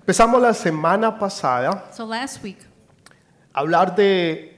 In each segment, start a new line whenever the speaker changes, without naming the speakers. Empezamos la semana pasada
So last week,
a hablar de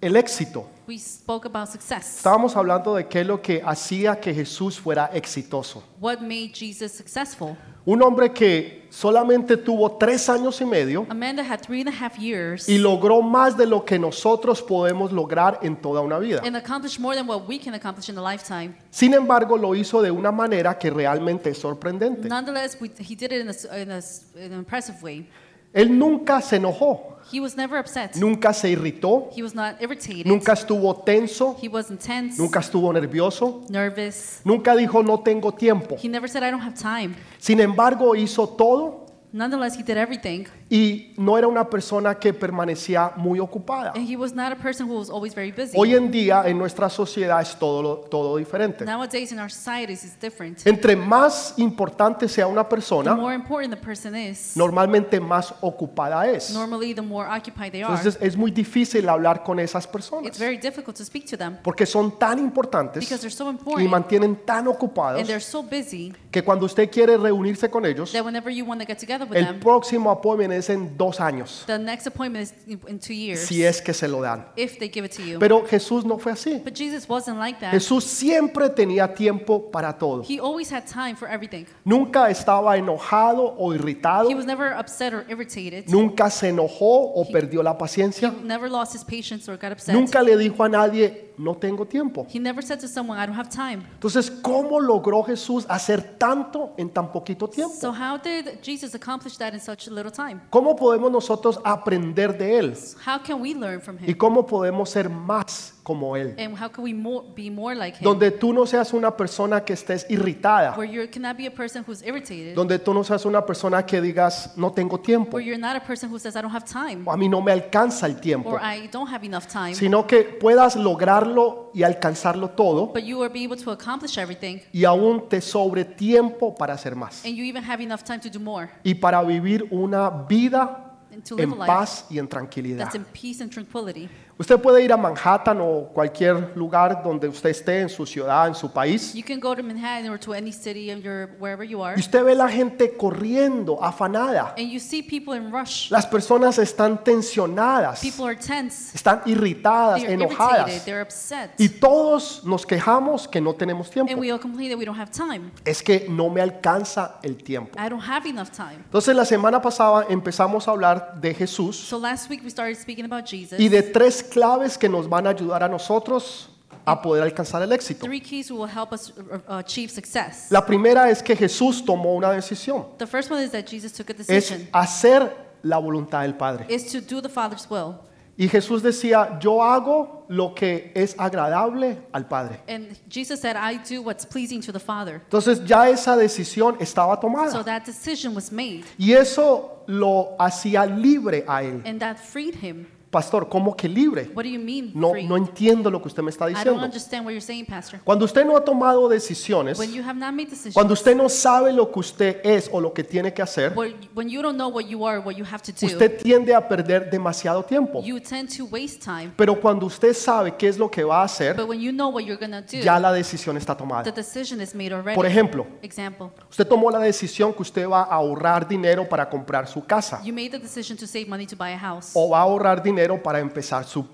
el éxito.
we spoke about success.
Estábamos hablando de qué es lo que hacía que Jesús fuera exitoso.
What made Jesus successful?
Un hombre que solamente tuvo tres años y medio
Amanda had three and a half years
y logró más de lo que nosotros podemos lograr en toda una vida.
and accomplished more than what we can accomplish in a lifetime.
Sin embargo, lo hizo de una manera que realmente es sorprendente.
Nonetheless, we, he did it in, a s in, a s in an impressive way.
Él nunca se enojó,
He was never upset.
nunca se irritó,
He was not irritated.
nunca estuvo tenso,
He wasn't tense,
nunca estuvo nervioso,
nervous.
nunca dijo no tengo tiempo.
He never said, I don't have time.
Sin embargo, hizo todo
Nonetheless, he did everything.
y no era una persona que permanecía muy ocupada.
And he was not a person who was always very busy.
Hoy en día en nuestra sociedad es todo, lo- todo diferente.
Nowadays, in our societies, it's different.
Entre más importante sea una
The
persona,
more important the person is,
normalmente más ocupada es.
normally the more occupied they are.
Entonces es muy difícil hablar con esas
It's
personas
very difficult to speak to them
porque son tan
because
importantes
they're so
y
important
mantienen tan
and they're
ocupados
so busy
que cuando usted quiere reunirse con ellos,
that whenever you want to get together with
el
them,
próximo appointment es en dos años,
the next appointment is in- in two years
si es que se lo dan.
if they give it to you.
Pero Jesús no fue así.
But Jesus wasn't like that.
Jesús siempre tenía tiempo para todo.
He always had time for everything.
Nunca estaba enojado o irritado,
He was never upset or irritated.
nunca se enojó o perdió la
He
paciencia,
never lost his patience or got upset.
nunca le dijo a nadie, no tengo tiempo.
He never said to someone, I don't have time.
Entonces, ¿cómo logró Jesús hacer tanto en tan poquito
So
tiempo?
how did Jesus accomplish that in such little time?
¿Cómo podemos nosotros aprender de Él?
How can we learn from
¿Y
him?
cómo podemos ser más como Él?
And how can we more, be more like him?
Donde tú no seas una persona que estés irritada,
Where you cannot be a person who's irritated.
donde tú no seas una persona que digas, no tengo tiempo,
Where you're not a person who says, I don't have time.
o a mí no me alcanza el tiempo,
or I don't have enough time,
sino que puedas lograrlo y alcanzarlo todo
but you will be able to accomplish everything,
y aún te sobre tiempo para hacer más
and you even have enough time to do more
y para vivir una vida
and to live a
en
life
paz y en tranquilidad.
that's in peace and tranquility.
Usted puede ir a Manhattan o cualquier lugar donde usted esté, en su ciudad, en su país,
You can go to Manhattan or to any city of your wherever you are,
y usted ve la gente corriendo, afanada.
and you see people in rush.
Las personas están tensionadas,
People are tense,
están irritadas,
they're irritated,
enojadas,
they're upset,
y todos nos quejamos que no tenemos
and
tiempo.
we all complain that we don't have time.
Es que no me alcanza el tiempo.
I don't have enough time.
Entonces la semana pasada empezamos a hablar de Jesús.
So last week we started speaking about Jesus.
y de tres claves que nos van a ayudar a nosotros a poder alcanzar el éxito.
Three keys who will help us uh, uh, achieve success.
La primera es que Jesús tomó una decisión,
The first one is that Jesus took a
es
decision,
hacer la voluntad del Padre.
is to do the Father's will.
Y Jesús decía, yo hago lo que es agradable al Padre.
And Jesus said, I do what's pleasing to the Father.
Entonces ya esa decisión estaba
So
tomada
that decision was made,
y eso lo hacía libre a él.
and that freed him.
Pastor, ¿cómo que libre?
What do you mean,
No,
free?
no entiendo lo que usted me está
I don't
diciendo.
understand what you're saying, Pastor.
Cuando usted no ha tomado decisiones,
When you have not made decisions,
cuando usted no sabe lo que usted es o lo que tiene que hacer,
when when you don't know what you are, what you have to do,
Usted tiende a perder demasiado tiempo.
you tend to waste time.
Pero cuando usted sabe qué es lo que va a hacer,
But when you know what you're going to do,
ya la decisión está
the
tomada.
decision is made already.
Por ejemplo,
Example,
usted tomó la decisión que usted va a ahorrar dinero para comprar su casa
you made the decision to save money to buy a house
o va a ahorrar dinero para empezar su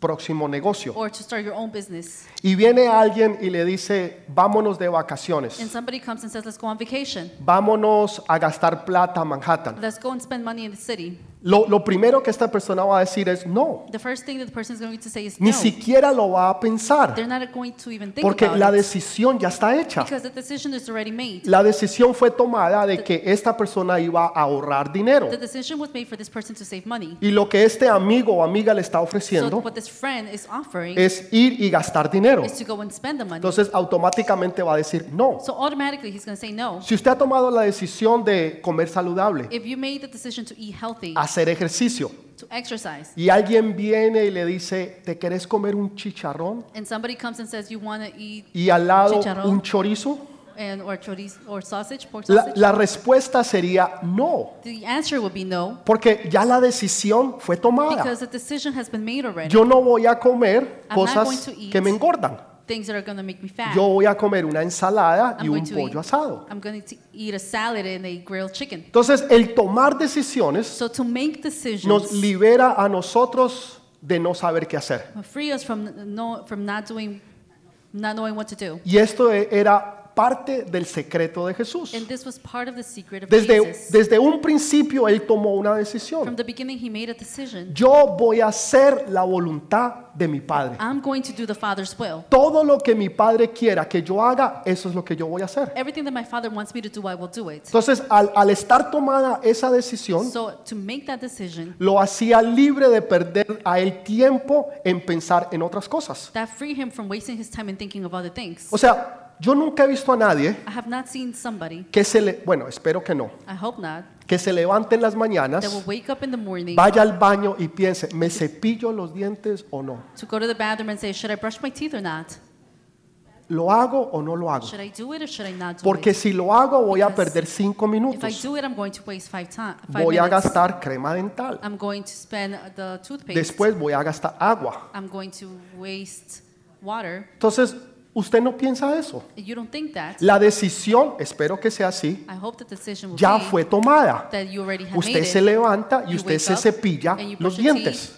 próximo negocio.
or to start your own business.
Y viene alguien y le dice, vámonos de
And
vacaciones,
somebody comes and says, Let's go on vacation.
vámonos a gastar plata a Manhattan.
Let's go and spend money in the city.
Lo, lo primero que esta persona va a decir es, no,
The first thing that the person is going to say is
ni
no.
siquiera lo va a pensar
They're not going to even think
porque
about
la
it.
decisión ya está hecha.
Because the decision is already made.
La decisión fue tomada de que esta persona iba a ahorrar dinero.
The decision was made for this person to save money.
Y lo que este amigo o amiga le está
So pues,
ofreciendo
what this friend is offering
es ir y gastar dinero.
is to go and spend the money.
Entonces automáticamente va a decir no.
So automatically he's going to say no.
Si usted ha tomado la decisión de comer saludable,
If you made the decision to eat healthy,
hacer ejercicio,
to exercise,
y alguien viene y le dice, ¿te querés comer un chicharrón?
and somebody comes and says you want to eat
Y al lado
Chicharrón.
un chorizo,
and or chorizo or sausage, pork
la,
sausage,
la respuesta sería no,
the answer would be no
porque ya la decisión fue tomada.
because the decision has been made already.
Yo no voy a comer
not going
cosas
to eat
que me engordan.
things that are going to make me fat.
Yo voy a comer una ensalada
Ah. I'm
y un
going to eat-
pollo asado.
I'm going to eat a salad and a grilled chicken.
Entonces, el tomar decisiones
So to make decisions
nos libera a nosotros de no saber qué hacer.
free us from no from not doing not knowing what to do.
Y esto e- era parte del secreto de Jesús.
And this was part of the secret of
Desde,
Jesus.
desde un principio él tomó una
From
decisión.
the beginning he made a decision.
Yo voy a hacer la voluntad de mi Padre.
I'm going to do the Father's will.
Todo lo que mi Padre quiera que yo haga, eso es lo que yo voy a hacer.
Everything that my Father wants me to do, I will do it.
Entonces, al, al estar tomada esa decisión,
So to make that decision,
lo hacía libre de perder a él tiempo en pensar en otras cosas.
that free him from wasting his time and thinking of other things.
O sea, yo nunca he visto a nadie
I have not seen somebody,
que se le, bueno, espero que no,
I hope not,
que se levante en las
that will
mañanas,
wake up in the morning
vaya al baño y piense, ¿me cepillo los dientes o no?
to go to the bathroom and say, should I brush my teeth or not?
¿Lo hago o no lo hago?
Should I do it or should I not do
Porque
it?
si lo hago voy a
Because
perder cinco
If I
minutos.
do it, I'm going to waste five time, five
Voy a
minutes. Ah,
gastar crema dental.
I'm going to spend the toothpaste.
Después voy a gastar agua.
I'm going to waste water.
Entonces, usted no piensa eso.
You don't think that.
La decisión, espero que sea así,
I hope the decision will
ya
be
fue tomada.
that you already have
Usted
made
se
it.
levanta y
You
usted
wake
se
up
cepilla
and you brush
los
your
dientes.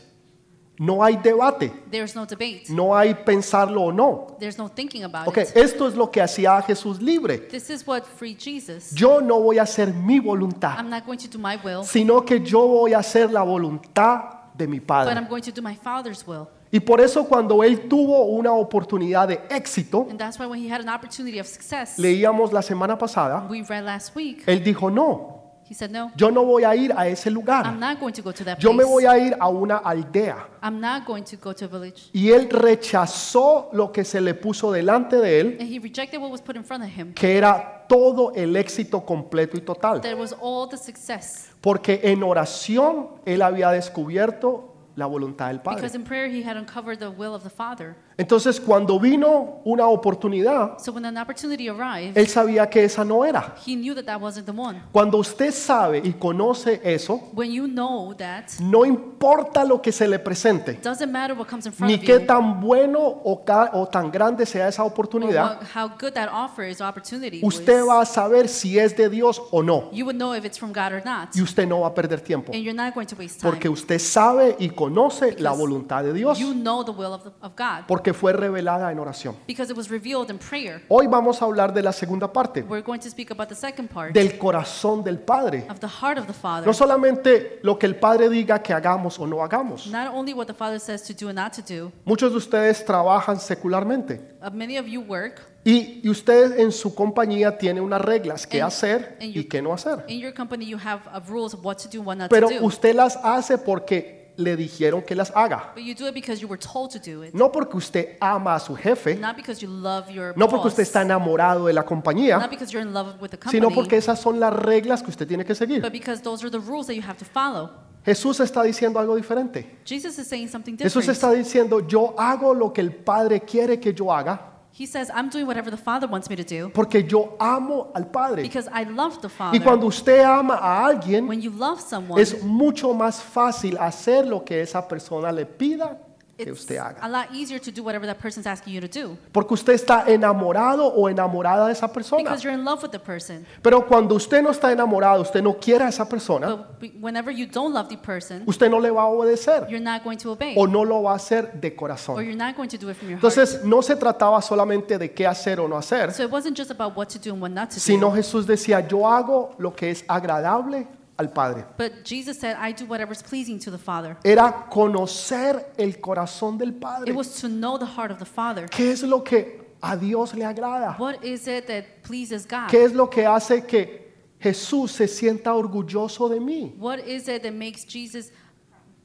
No hay debate,
There's no debate.
no hay pensarlo o no.
There's no thinking about
Ok,
it.
esto es lo que hacía a Jesús libre.
This is what freed Jesus.
Yo no voy a hacer mi voluntad,
I'm not going to do my will,
sino que yo voy a hacer la voluntad de mi
but
Padre.
I'm going to do my Father's will.
Y por eso cuando él tuvo una oportunidad de éxito,
And that's why when he had an opportunity of success,
leíamos la semana pasada,
we read last week,
él dijo, no,
he said, No,
yo no voy a ir a ese
I'm
lugar,
not going to go to that
yo me
place.
voy a ir a una aldea.
I'm not going to go to a village.
Y él rechazó lo que se le puso delante de él,
And he rejected what was put in front of him.
que era todo el éxito completo y total.
There was all the success.
Porque en oración él había descubierto la voluntad del Padre.
Because in prayer he had uncovered the will of the Father.
Entonces cuando vino una oportunidad,
So when an opportunity arrived,
él sabía que esa no era.
he knew that that wasn't the one.
Cuando usted sabe y conoce eso,
When you know that,
No importa lo que se le presente,
doesn't matter what comes in front
ni
of you,
qué tan bueno o, ca- o tan grande sea esa
or
oportunidad,
what- how good that offer is, opportunity
usted
was,
va a saber si es de Dios o no.
you would know if it's from God or not.
Y usted no va a perder tiempo,
and you're not going to waste time.
porque usted sabe y conoce la
Because
voluntad de Dios,
you know the will of, the- of God
porque fue revelada en oración.
because it was revealed in prayer.
Hoy vamos a hablar de la segunda parte,
We're going to speak about the second part
del corazón del Padre.
of the heart of the Father.
No solamente lo que el Padre diga que hagamos o no hagamos.
Not only what the Father says to do and not to do,
Muchos de ustedes trabajan secularmente.
uh, many of you work.
Y, y usted en su compañía tiene unas reglas que
And-
hacer
and
y
you-
qué no hacer.
In your company, you have uh, rules of what to do and what not
Pero
to do.
usted las hace porque le dijeron que las haga.
But you do it because you were told to do it,
No porque usted ama a su jefe,
not because you love your
no porque
boss,
usted está enamorado de la
not
compañía,
because you're in love with the company,
sino porque esas son las reglas que usted tiene que seguir.
but because those are the rules that you have to follow.
Jesús está diciendo algo diferente.
Jesus is saying something different.
Jesús está diciendo, yo hago lo que el Padre quiere que yo haga
He says, "I'm doing whatever the Father wants me to do
porque yo amo al Padre.
because I love the Father."
Y cuando usted ama a alguien,
when you love someone,
Es mucho más fácil hacer lo que esa persona le pida que
it's
usted haga.
a lot easier to do whatever that person's asking you to do
Porque usted está enamorado o enamorada de esa persona.
because you're in love with the person.
Pero cuando usted no está enamorado, usted no quiere a esa persona,
But be- whenever you don't love the person,
usted no le va a obedecer
you're not going to obey,
o no lo va a hacer de
or
corazón.
you're not going to do it from your heart.
Entonces, no se trataba solamente de qué hacer o no hacer,
So it wasn't just about what to do and what not to do.
sino Jesús decía, yo hago lo que es agradable al Padre.
But Jesus said, I do whatever's pleasing to the Father.
Era conocer el corazón del Padre.
It was to know the heart of the Father.
¿Qué es lo que a Dios le agrada?
What is it that pleases God?
¿Qué es lo que hace que Jesús se sienta orgulloso de mí?
What is it that makes Jesus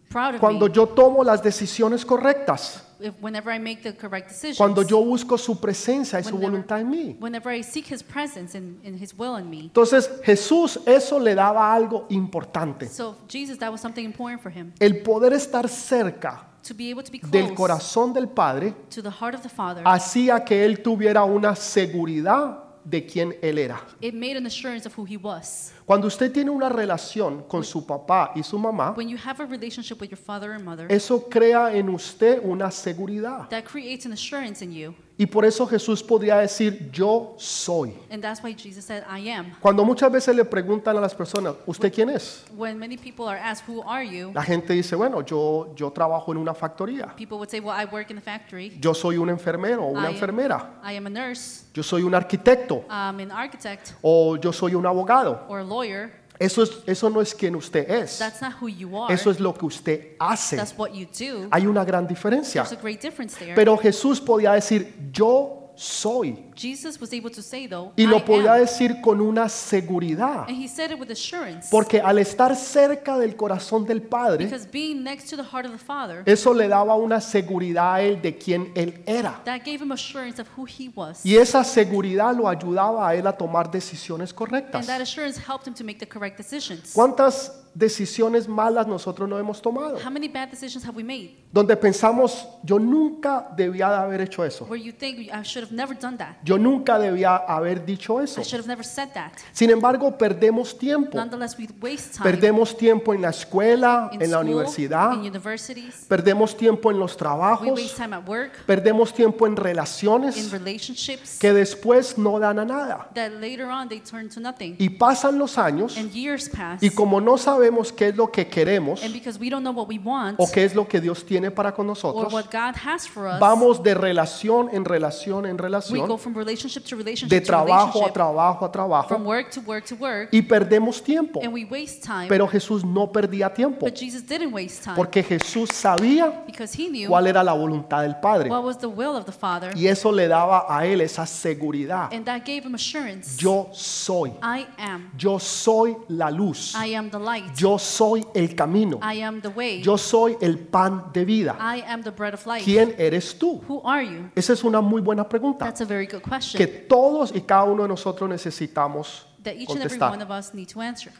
proud of
Cuando
me
yo tomo las decisiones correctas,
if, whenever I make the correct decisions?
cuando yo busco su presencia y su
Whenever-
voluntad en mí.
Whenever I seek His presence and, and His will in me.
Entonces Jesús eso le daba algo importante,
So Jesus, that was something important for Him.
el poder estar cerca
To be able to be
del
close
corazón del Padre
to the heart of the Father,
hacía que él tuviera una seguridad de quién él era.
it made an assurance of who He was.
Cuando usted tiene una relación con su papá y su mamá,
When you have a relationship with your father and mother,
eso crea en usted una seguridad.
that creates an assurance in you.
Y por eso Jesús podría decir, yo soy.
And that's why Jesus said, I am.
Cuando muchas veces le preguntan a las personas, ¿usted quién es?
When many people are asked, Who are you?
La gente dice, bueno, yo, yo trabajo en una factoría.
People would say, Well, I work in the factory.
Yo soy un enfermero o una
I am-
enfermera.
I am a nurse.
Yo soy un arquitecto
I'm an architect
o yo soy un abogado.
or a lawyer.
Eso, es, eso no es quien usted es.
That's not who you are.
Eso es lo que usted hace.
That's what you do.
Hay una gran diferencia.
There's a great difference there.
Pero Jesús podía decir, yo soy.
Jesus was able to say, though,
Y
I
lo podía
am.
decir con una seguridad.
And he said it with assurance.
Porque al estar cerca del corazón del Padre,
because being next to the heart of the Father,
eso le daba una seguridad a él de quién él era.
that gave him assurance of who he was.
Y esa seguridad lo ayudaba a él a tomar decisiones
And
correctas.
that assurance helped him to make the correct decisions.
¿Cuántas decisiones malas nosotros no hemos tomado?
How many bad decisions have we made
Donde pensamos, yo nunca debía de haber hecho eso.
where you think, I should have never done that?
Yo nunca debía haber dicho eso.
I should have never said that.
Sin embargo, perdemos tiempo.
Nonetheless, we waste time
Perdemos tiempo en la escuela,
in
en la
school,
universidad.
in universities.
Perdemos tiempo en los
We waste
trabajos.
time at work,
Perdemos tiempo en
in
relaciones
relationships,
que después no dan a nada.
that later on they turn to nothing.
Y pasan los años
And years pass.
y como no sabemos qué es lo que queremos
And because we don't know what we want
o qué es lo que Dios tiene para con
or
nosotros,
what God has for us,
vamos de relación en relación en
we go
relación,
from relationship to
de
relationship to
trabajo a
relationship,
trabajo a trabajo
from work to work to work,
y perdemos tiempo.
and we waste time.
Pero Jesús no perdía tiempo
But Jesus didn't waste time
porque Jesús sabía
because he knew
cuál era la voluntad del Padre.
what was the will of the Father,
Y eso le daba a él esa seguridad.
and that gave him assurance.
Yo soy.
I am.
Yo soy la luz.
I am the light.
Yo soy el camino.
I am the way.
Yo soy el pan de vida.
I am the bread of life.
¿Quién eres tú?
Who are you?
Esa es una muy buena pregunta
That's a very good question
que todos y cada uno de nosotros necesitamos
that each and every one
contestar.
of us need to answer.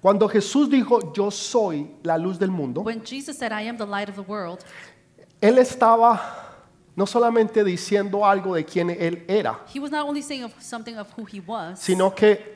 Cuando Jesús dijo, yo soy la luz del mundo,
When Jesus said, I am the light of the world,
él estaba no solamente diciendo algo de quién él era,
he was not only saying of something of who he was,
sino que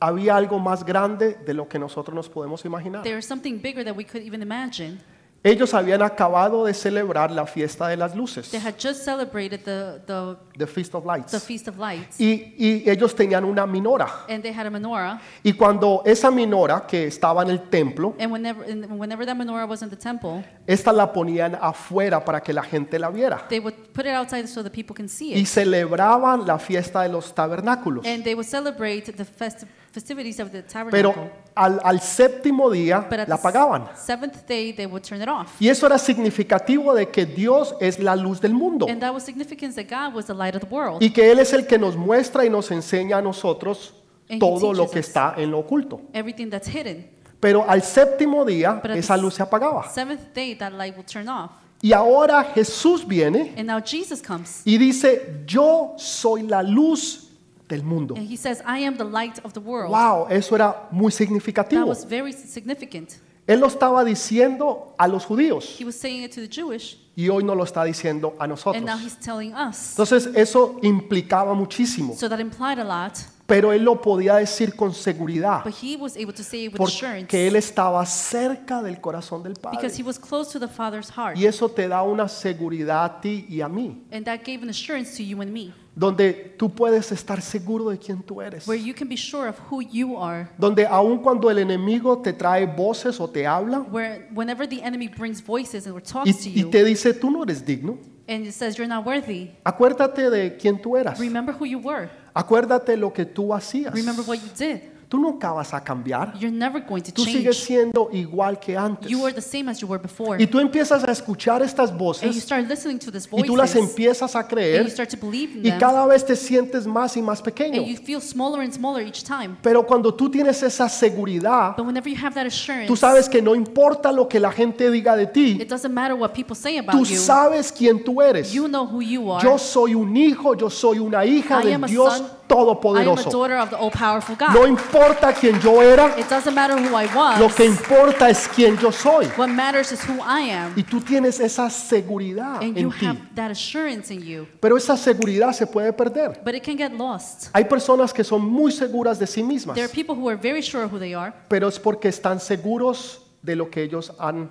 había algo más grande de lo que nosotros nos podemos imaginar.
there is something bigger that we could even imagine.
Ellos habían acabado de celebrar la fiesta de las luces,
They had just celebrated the, the,
the Feast of
the
Lights,
Feast of Lights,
y, y ellos tenían una minora.
and they had a menorah.
Y cuando esa minora que estaba en el templo,
And whenever, and whenever that menorah was in the temple,
esta la ponían afuera para que la gente la viera.
they would put it outside so that people can see
Y
it.
celebraban la fiesta de los tabernáculos.
And they would celebrate the festi- festivities of the
Pero
tabernacle.
al, al séptimo día
but
la
at the
apagaban.
seventh day, they would turn it off.
Y eso era significativo de que Dios es la luz del mundo
And that was significance that God was the light of the world.
y que Él es el que nos muestra y nos enseña a nosotros
And he
todo lo
teaches
que
us.
está en lo oculto.
Everything that's hidden.
Pero al séptimo día
But at
esa
the
luz se apagaba.
Seventh day, that light will turn off.
Y ahora Jesús viene
And now Jesus comes.
y dice, yo soy la luz del mundo.
And he says, I am the light of the world.
Wow, eso era muy
That
significativo.
was very significant.
Él lo estaba diciendo a los judíos
He was saying it to the Jewish,
y hoy no lo está diciendo a
and now
nosotros.
he's telling us.
Entonces eso implicaba muchísimo,
So that implied a lot,
pero él lo podía decir con seguridad
but he was able to say it with assurance
porque él estaba cerca del corazón del Padre.
because he was close to the Father's heart.
Y eso te da una seguridad a ti y a mí,
And that gave an assurance to you and me,
donde tú puedes estar seguro de quién tú eres.
where you can be sure of who you are.
Donde aun cuando el enemigo te trae voces o te habla
Where whenever the enemy brings voices and
y,
talks to
y
you
te dice tú no eres digno,
and it says you're not worthy,
acuérdate de quién tú eras.
remember who you were.
Acuérdate lo que tú hacías.
Remember what you did.
Tú nunca vas a cambiar.
You're never going to
Tú sigues
change.
siendo igual que antes.
You are the same as you were before.
Y tú empiezas a escuchar estas
And you
voces
start listening to this
y tú las
voices
empiezas a
and you
creer
start to believe in
y
them.
cada vez te sientes más y más
And you
pequeño.
feel smaller and smaller each time.
Pero cuando tú tienes esa seguridad,
But whenever you have that assurance,
tú sabes que no importa lo que la gente diga de ti,
it doesn't matter what people say about
tú
you.
sabes quién tú eres.
You know who you are.
Yo soy un hijo, yo soy una hija
I
del
am a
Dios
son I am a
todopoderoso.
daughter of the all powerful God.
No importa quién yo era,
It doesn't matter who I
lo que
was.
importa es quién yo soy.
What matters is who I am.
Y tú tienes esa seguridad
And you
en ti.
have that assurance in you.
Pero esa seguridad se puede perder.
But it can get lost.
Hay personas que son muy seguras de sí mismas,
There are people who are very sure who they are,
pero es porque están seguros de lo que ellos han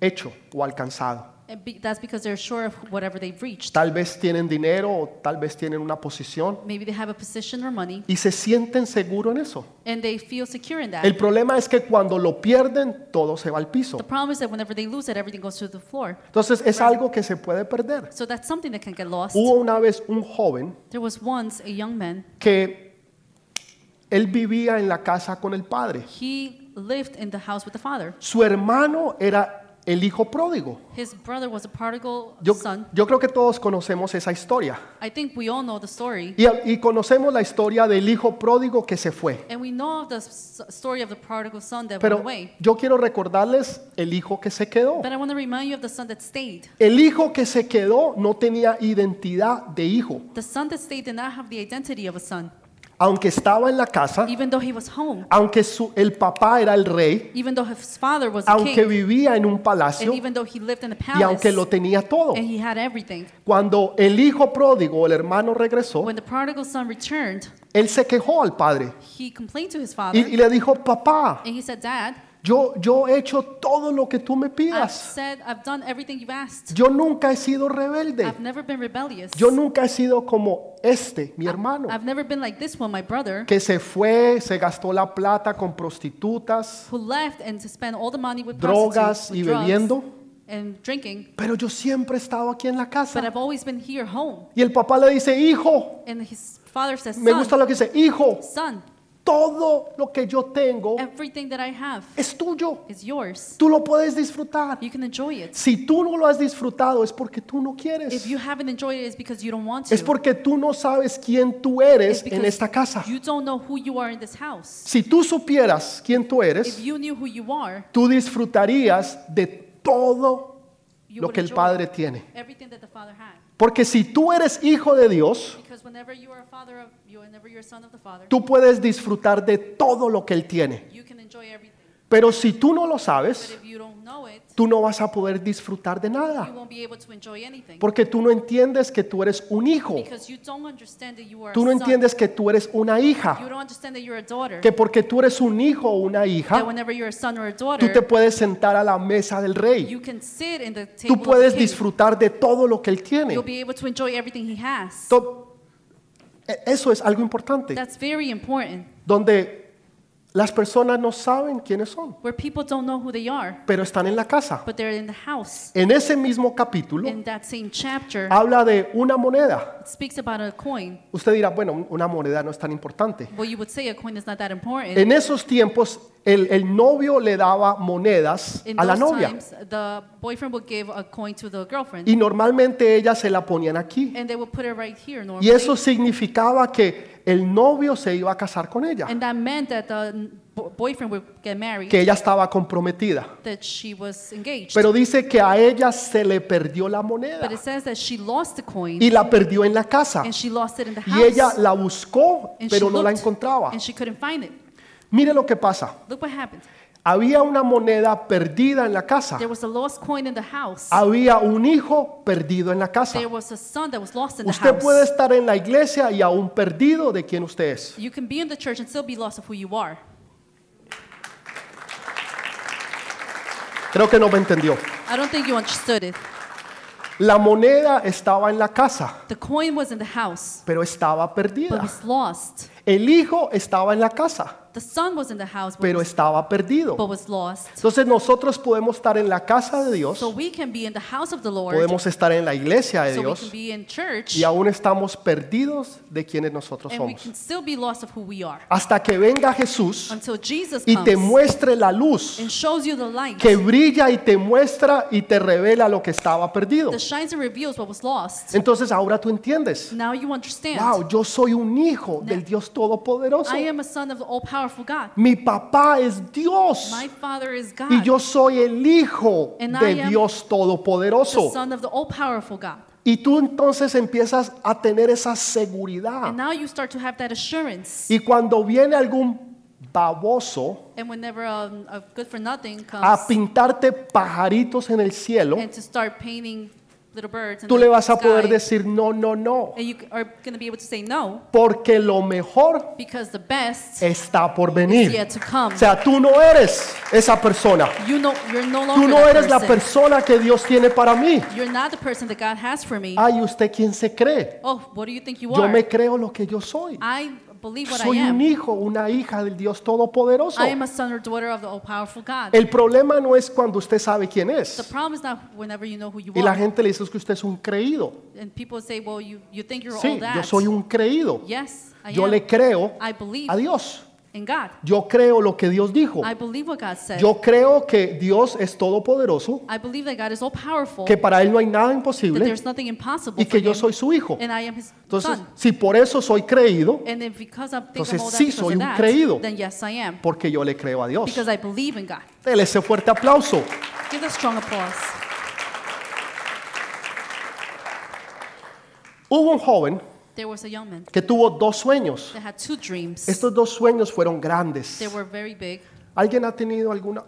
hecho o alcanzado.
and be, that's because they're sure of whatever they've reached.
Tal vez tienen dinero o tal vez tienen una posición
Maybe they have a position or money,
y se sienten seguros en eso.
and they feel secure in
El
that.
problema es que cuando lo pierden, todo se va al piso.
The problem is that whenever they lose it, everything goes to the floor.
Entonces es algo que se puede perder.
So that's something that can get lost.
Hubo una vez un joven
There was once a young man.
que él vivía en la casa con el padre.
He lived in the house with the father.
Su hermano era el hijo pródigo.
His brother was a prodigal
Yo,
son.
yo creo que todos conocemos esa historia.
I think we all know the story.
Y, y conocemos la historia del hijo pródigo que se fue.
And we know of the s- story of the prodigal son that
Pero
went away.
yo quiero recordarles el hijo que se quedó.
But I want to remind you of the son that stayed.
El hijo que se quedó no tenía identidad de hijo.
The son that stayed did not have the identity of a son,
Aunque estaba en la casa,
even though he was home,
aunque su- el papá era el rey,
even though his father was a
aunque
king,
vivía en un palacio
and even though he lived in a
y aunque
palace,
lo tenía todo.
and he had everything.
Cuando el hijo pródigo, el hermano regresó,
When the prodigal son returned,
él se quejó al padre
he complained to his father,
y, y le dijo, papá,
and he said, "Dad,
yo, yo he hecho todo lo que tú me
I've
pidas.
said I've done everything you've asked.
Yo nunca he sido rebelde.
I've never been rebellious.
Yo nunca he sido como este, mi hermano,
I've never been like this one, my brother,
que se fue, se gastó la plata con prostitutas.
who left and to spend all the money with
Drogas
prostitutes,
y
with drugs,
bebiendo.
and drinking."
Pero yo siempre he estado aquí en la
But
casa.
I've always been here home.
Y el papá le dice, hijo,
And his father says,
me gusta
son,
lo que dice, hijo,
son,
todo lo que yo tengo
everything that I have
es tuyo.
is yours.
Tú lo puedes disfrutar.
You can enjoy it.
Si tú no lo has disfrutado es porque tú no
If
quieres.
you haven't enjoyed it, it's because you don't want to.
Es porque tú no sabes quién tú
It's
eres en
because
esta casa.
You don't know who you are in this house.
Si tú supieras quién tú
If
eres,
you knew who you are,
tú disfrutarías de todo
you
lo
would
que el
enjoy
Padre tiene.
everything that the Father had.
Porque si tú eres hijo de Dios,
Because whenever you are a father of you, whenever you're a son of the Father,
tú puedes disfrutar de todo lo que Él tiene.
you can enjoy everything.
Pero si tú no lo
But
sabes,
if you don't know it,
tú no vas a poder disfrutar de
you
nada.
won't be able to enjoy anything.
Porque tú no entiendes que tú eres un hijo.
Because you don't understand that you are
Tú no
a son.
entiendes que tú eres una
You
hija.
don't understand that you're a daughter.
Que porque tú eres un hijo o una hija,
that whenever you're a son or a daughter,
Tú te puedes sentar a la mesa del rey.
you can sit in the table.
Tú
of the
puedes
king.
disfrutar de todo lo que él tiene.
You'll be able to enjoy everything he has.
To- e- Eso es algo importante.
That's very important.
Donde las personas no saben quiénes son,
Where people don't know who they are,
pero están en la casa.
but they're in the house.
En ese mismo capítulo
In that same chapter,
habla de una moneda.
it speaks about a coin.
Usted dirá, bueno, un- una moneda no es tan importante.
Well, you would say a coin is not that important.
En esos tiempos el, el novio le daba monedas
in
a la
those
novia
times, the boyfriend would give a coin to the girlfriend,
y normalmente ellas se la ponían aquí.
and they would put it right here normally.
Y eso significaba que el novio se iba a casar con ella.
and that meant that the bo- boyfriend would get married,
que ella estaba comprometida.
that she was engaged.
Pero dice que a ella se le perdió la moneda
but it says that she lost the coin,
y la perdió en la casa.
and she lost it in the house.
Y ella la buscó,
And
pero
she
no la
looked,
encontraba.
And she couldn't find it.
Mire lo que pasa.
Look what happened.
Ah. Había una moneda perdida en la casa.
There was a lost coin in the house.
Había un hijo perdido en la casa.
There was a son that was lost in the
Usted
house.
puede estar en la iglesia y aún perdido de quién usted es.
You can be in the church and still be lost of who you are.
Creo que no me entendió.
I don't think you understood it.
La moneda estaba en la casa,
The coin was in the house,
pero estaba
but
perdida.
was lost.
El hijo estaba en la casa,
The son was in the house, but,
pero
was,
estaba perdido.
but was lost.
Entonces nosotros podemos estar en la casa de Dios,
pues, So we can be in the house of the Lord.
podemos estar en la iglesia de
so we can
Dios
be in church,
y aún estamos perdidos de quienes nosotros
and we
somos.
can still be lost of who we are.
Hasta que venga Jesús
Until Jesus
y
comes
te muestre la luz
and shows you the light
que brilla y te muestra y te revela lo que estaba perdido.
that shines and reveals what was lost.
Entonces ahora tú entiendes,
now you understand.
wow, yo soy un hijo del Dios Todopoderoso.
I am a son of the all-powerful God.
Mi papá es Dios
My father is God,
y yo soy el hijo
And I
de
am
Dios
the
Todopoderoso.
son of the all-powerful God.
Y tú entonces empiezas a tener esa seguridad.
And now you start to have that assurance.
Y cuando viene algún baboso
And whenever um, a good for nothing
a
comes
pintarte pajaritos en el cielo,
and to start painting little birds, in
tú
the
le vas a poder
sky,
decir no, no, no,
and you c- are going to be able to say no
porque lo mejor
because the best
está por
is
venir.
yet to come.
Eh, O sea, tú no eres esa persona.
You know, you're no longer
Tú no
that
eres la
person.
persona que Dios tiene para mí.
You're not the person that God has for me.
Ay, ¿usted quién se cree?
oh, what do you think you
Ah. Yo
are?
me creo lo que yo soy.
I believe what
Soy
I am.
un hijo, una hija del Dios Todopoderoso.
I am a son or daughter of the all-powerful God.
El problema no es cuando usted sabe quién
the
es.
problem is not whenever you know who you
Y la
are.
gente le dice "Es que usted es un creído.
and people say, well, you, you think you're all
Sí,
that.
yo soy un creído.
yes, I
Yo
am.
le creo
I believe
a Dios.
in God.
Yo creo lo que Dios dijo.
I believe what God said.
Yo creo que Dios es todopoderoso,
I believe that God is all-powerful,
que para Él no hay nada
that
imposible
there's nothing impossible
y
for
que yo
him,
soy su hijo.
and I am his
Entonces,
son.
si por eso soy creído,
And then because I think
Entonces,
I'm all that
sí,
because
soy
of
un
that,
creído.
then yes, I am.
porque yo le creo a Dios.
Because I believe in God.
Dele ese fuerte aplauso.
Give a strong applause.
Hubo un joven
There was a young man
que tuvo dos sueños.
that had two dreams.
Estos dos sueños fueron grandes.
They were very big.
¿Alguien ha tenido alguna,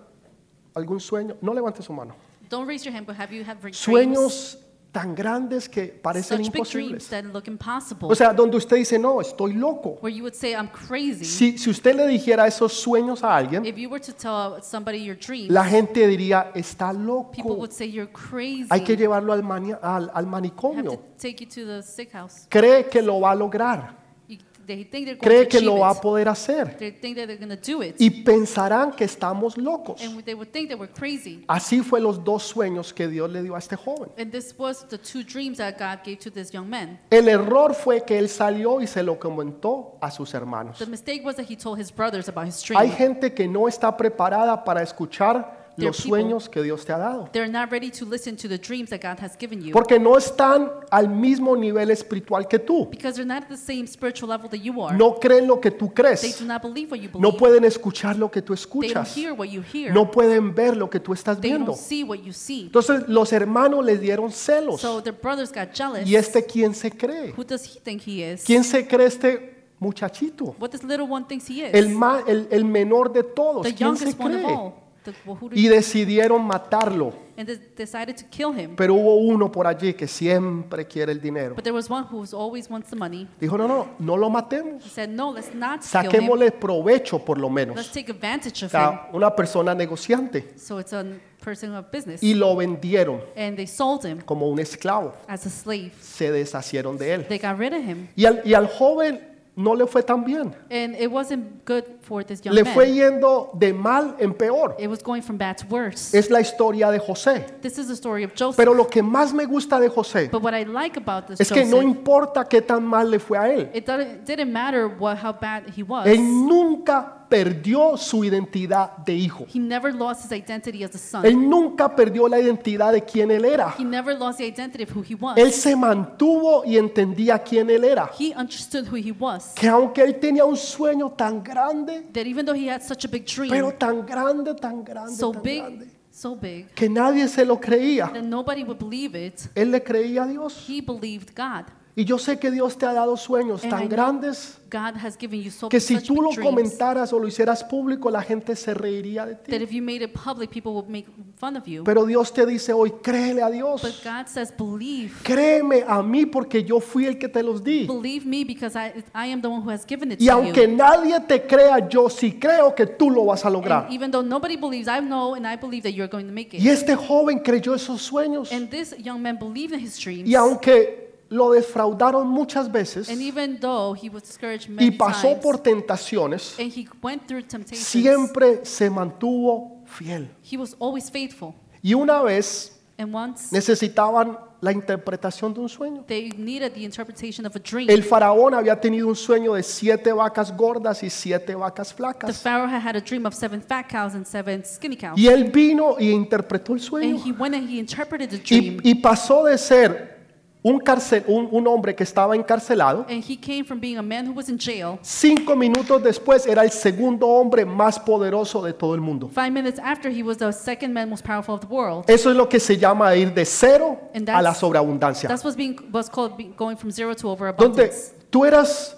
algún sueño? No levante su mano.
Don't raise your hand, but have you had dreams?
Sueños tan grandes que parecen
Such big dreams
imposibles.
that look impossible.
O sea, donde usted dice, no, estoy loco.
where you would say, I'm crazy.
Si, si usted le dijera esos sueños a alguien,
if you were to tell somebody your dream,
la gente diría, está
people
loco.
would say you're crazy.
Hay que llevarlo al, mania- al, al
I have to
manicomio.
take you to the sick house.
Cree que lo va a lograr.
You- they think they're going
Cree
to
que
achieve
lo va a
it.
poder hacer.
They think that they're going to do it.
Y pensarán que estamos locos.
and they would think that we're crazy.
Así fue los dos sueños que Dios le dio a este joven.
And this was the two dreams that God gave to this young man.
El error fue que él salió y se lo comentó a sus
The
hermanos.
mistake was that he told his brothers about his dream.
Hay gente que no está preparada para escuchar
There
los
are people-
sueños que Dios te ha dado.
They're not ready to listen to the dreams that God has given you
Porque no están al mismo nivel espiritual que tú.
because they're not at the same spiritual level that you are.
No creen lo que tú
They
crees.
do not believe what you
No
believe.
pueden escuchar lo que tú
They don't
escuchas.
hear what you hear.
No pueden ver lo que tú estás
They
viendo.
don't see what you see.
Entonces los hermanos les dieron celos.
So their brothers got jealous.
¿Y este quién se cree?
Who does he think he is?
¿Quién se cree este muchachito?
What this little one thinks he is?
El, ma- el- el menor de todos.
the
¿Quién se
youngest one of
cree?
all. The- well, who do
Y
you-
decidieron matarlo.
and they decided to kill him.
Pero hubo uno por allí que siempre quiere el dinero.
But there was one who always wants the money.
Dijo, no, no, no lo matemos.
He said, no, let's not kill him.
Saquémosle provecho por lo
Let's
menos.
take advantage
O
of him.
sea, una persona negociante.
So it's a person of business.
Y lo vendieron
and they sold him
como un esclavo.
as a slave.
Se deshacieron de él.
They got rid of him.
Y al, y al joven no le fue tan bien.
And it wasn't good for this young
Le
man.
fue yendo de mal en peor.
It was going from bad to worse.
Es la historia de José.
This is the story of Joseph.
Pero lo que más me gusta de José
but what I like about this
es que
Joseph,
no importa qué tan mal le fue a él.
it doesn't- didn't matter what, how bad he was.
Él nunca perdió su identidad de hijo.
He never lost his identity as a son.
Él nunca perdió la identidad de quién él era.
he never lost the identity of who he was.
Él se mantuvo y entendía quién él era.
he understood who he was.
Que aunque él tenía un sueño tan grande,
That even though he had such a big dream,
pero tan grande, tan grande,
so
tan
big,
grande,
so big,
que nadie se lo creía,
that nobody would believe it,
él le creía a Dios.
he believed God.
Y yo sé que Dios te ha dado sueños
And I
tan
know
grandes
God has given you so
que si
such
tú
big
lo
dreams
comentaras o lo hicieras público, la gente se reiría de
that
ti.
if you made it public, people would make fun of you.
Pero Dios te dice hoy, créele a
but
Dios.
God says, believe.
Créeme a mí porque yo fui el que te los di.
Believe me because I, I am the one who has given it
Y
to
aunque
you.
nadie te crea, yo sí creo que tú lo vas a lograr.
And even though nobody believes, I know and I believe that you're going to make it.
Y este joven creyó esos sueños.
And this young man believed in his dreams.
Y aunque lo defraudaron muchas veces
And even though he was discouraged many
y pasó
times,
por tentaciones,
and he went through temptations,
siempre se mantuvo fiel.
he was always faithful.
Y una vez
And once
necesitaban la interpretación de un sueño.
they needed the interpretation of a dream,
El faraón había tenido un sueño de siete vacas gordas y siete vacas
the
flacas.
Pharaoh had had a dream of seven fat cows and seven skinny cows.
Y él vino y interpretó el
And
sueño.
he went and he interpreted the
Y,
dream.
y pasó de ser un, carcel- un- un hombre que estaba encarcelado.
And he came from being a man who was in jail.
Cinco minutos después era el segundo hombre más poderoso de todo el mundo.
Five minutes after, he was the second man most powerful of the world.
Eso es lo que se llama ir de cero
And that's-
a la sobreabundancia.
That's what's being what's called be- going from zero to
Donde
overabundance.
tú eras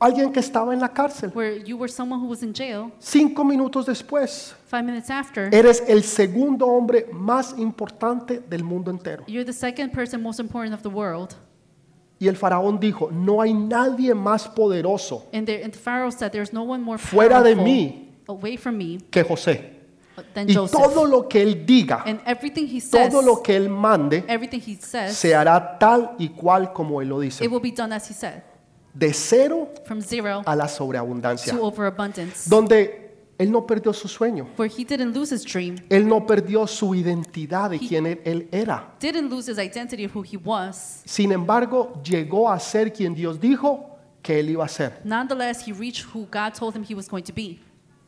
alguien que estaba en la cárcel.
Where you were someone who was in jail.
Cinco minutos después
Five minutes after,
eres el segundo hombre más importante del mundo entero.
you're the second person most important of the world.
Y el faraón dijo, no hay nadie más poderoso
And, there, and Pharaoh said, "There's no one more
Fuera de
powerful
mí.
away from me
que José.
than
Y
Joseph."
todo lo que él diga,
and everything he says,
todo lo que él mande,
everything he says,
se hará tal y cual como él lo
it
dice.
will be done as he said,
De cero
from zero
a la sobreabundancia.
to overabundance.
Donde él no perdió su sueño.
Where he didn't lose his dream,
Él no perdió su identidad de quién él- él era.
didn't lose his identity of who he was.
Sin embargo, llegó a ser quien Dios dijo que él iba a ser.
Nonetheless, he reached who God told him he was going to be.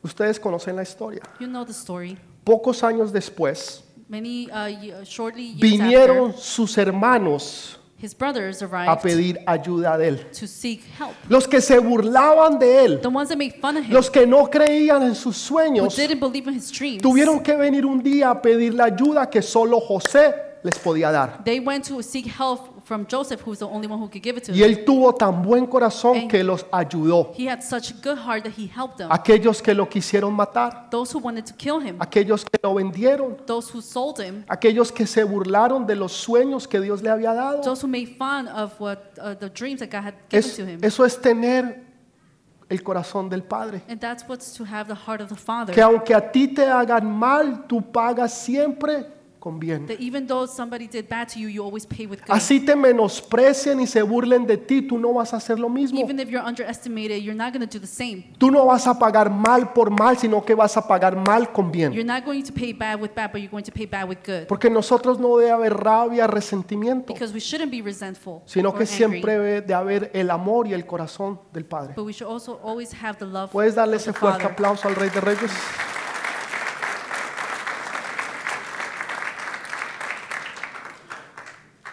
Ustedes conocen la historia.
You know the story.
Pocos años después,
Many uh, ye- shortly years
vinieron
after,
sus hermanos
his brothers
a
arrived
pedir ayuda de él.
to seek help.
Los que se burlaban de él,
The ones that made fun of him,
los que no creían en sus
who
sueños,
didn't believe in his dreams,
tuvieron que venir un día a pedir la ayuda que solo José les podía dar.
they went to seek help from Joseph, who was the only one who could give it to
Y
him.
él tuvo tan buen corazón que los ayudó.
He had such a good heart that he helped them.
Aquellos que lo quisieron matar,
Those who wanted to kill him,
aquellos que lo vendieron,
those who sold him,
aquellos que se burlaron de los sueños que Dios le había dado.
those who made fun of what uh, the dreams that God had given
Es-
to him.
eso es tener el corazón del Padre.
And that's what's to have the heart of the Father.
Que aunque a ti te hagan mal, tú pagas siempre con bien.
That even though somebody did bad to you, you always pay with good.
Así te menosprecien y se burlen de ti, tú no vas a hacer lo mismo.
Even if you're underestimated, you're not going to do the same.
Tú no vas a pagar mal por mal, sino que vas a pagar mal con bien.
You're not going to pay bad with bad, but you're going to pay bad with good.
Porque en nosotros no debe haber rabia, resentimiento,
Because we shouldn't be resentful
sino
or
que siempre
angry,
debe de haber el amor y el corazón del Padre.
but we should also always have the love
¿Puedes darle
of the
ese fuerte
Father.
aplauso al Rey de Reyes?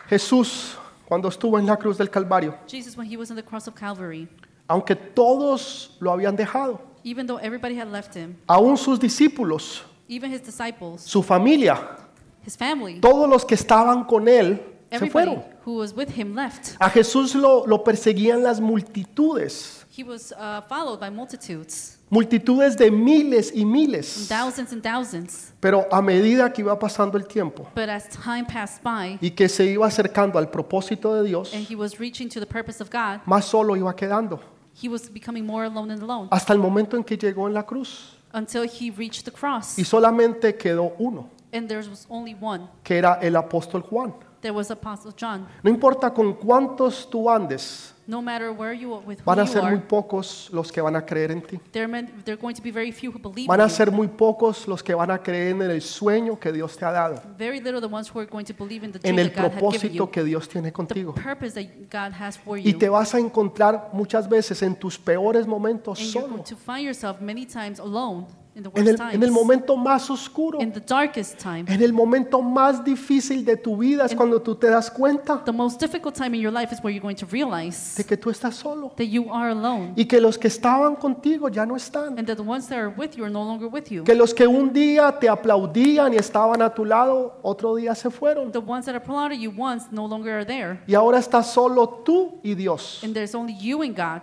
Jesús, cuando estuvo en la cruz del Calvario,
Jesus, when he was on the cross of Calvary,
aunque todos lo habían dejado,
even though everybody had left him,
aún sus discípulos,
even his disciples,
su familia,
his family,
todos los que estaban con él, se
everybody
fueron.
who was with him left.
A Jesús lo, lo perseguían las multitudes,
He was uh, followed by multitudes,
multitudes de miles y miles.
thousands and thousands.
Pero a medida que iba pasando el tiempo
But as time passed by,
y que se iba acercando al propósito de Dios,
and he was reaching to the purpose of God,
más solo iba quedando
he was becoming more alone and alone
hasta el momento en que llegó en la cruz
until he reached the cross.
y solamente quedó uno,
And there was only one.
que era el apóstol Juan.
There was Apostle John.
No importa con cuántos tú andes,
No matter where you are, with who
van a
you
ser muy
are,
pocos los que van a creer en ti.
there are, men, there are going to be very few who believe
Van a
in you.
ser muy pocos los que van a creer en el sueño que Dios te ha dado,
Very little the ones who are going to believe in the
en
dream
el
that God had given
propósito
you,
que Dios tiene
the
contigo.
purpose that God has for
Y
you.
te vas a encontrar muchas veces en tus peores momentos
And you're
solo,
going to find yourself many times alone in the
en
worst
el,
times,
en el momento más oscuro,
in the darkest time,
en el momento más difícil de tu vida es cuando tú te das cuenta
the most difficult time in your life is where you're going to realize
de que tú estás solo
that you are alone
y que los que estaban contigo ya no están.
and that the ones that are with you are no longer with you.
Que los que un día te aplaudían y estaban a tu lado, otro día se fueron.
The ones that applauded you once no longer are there.
Y ahora estás solo tú y Dios.
And there's only you and God.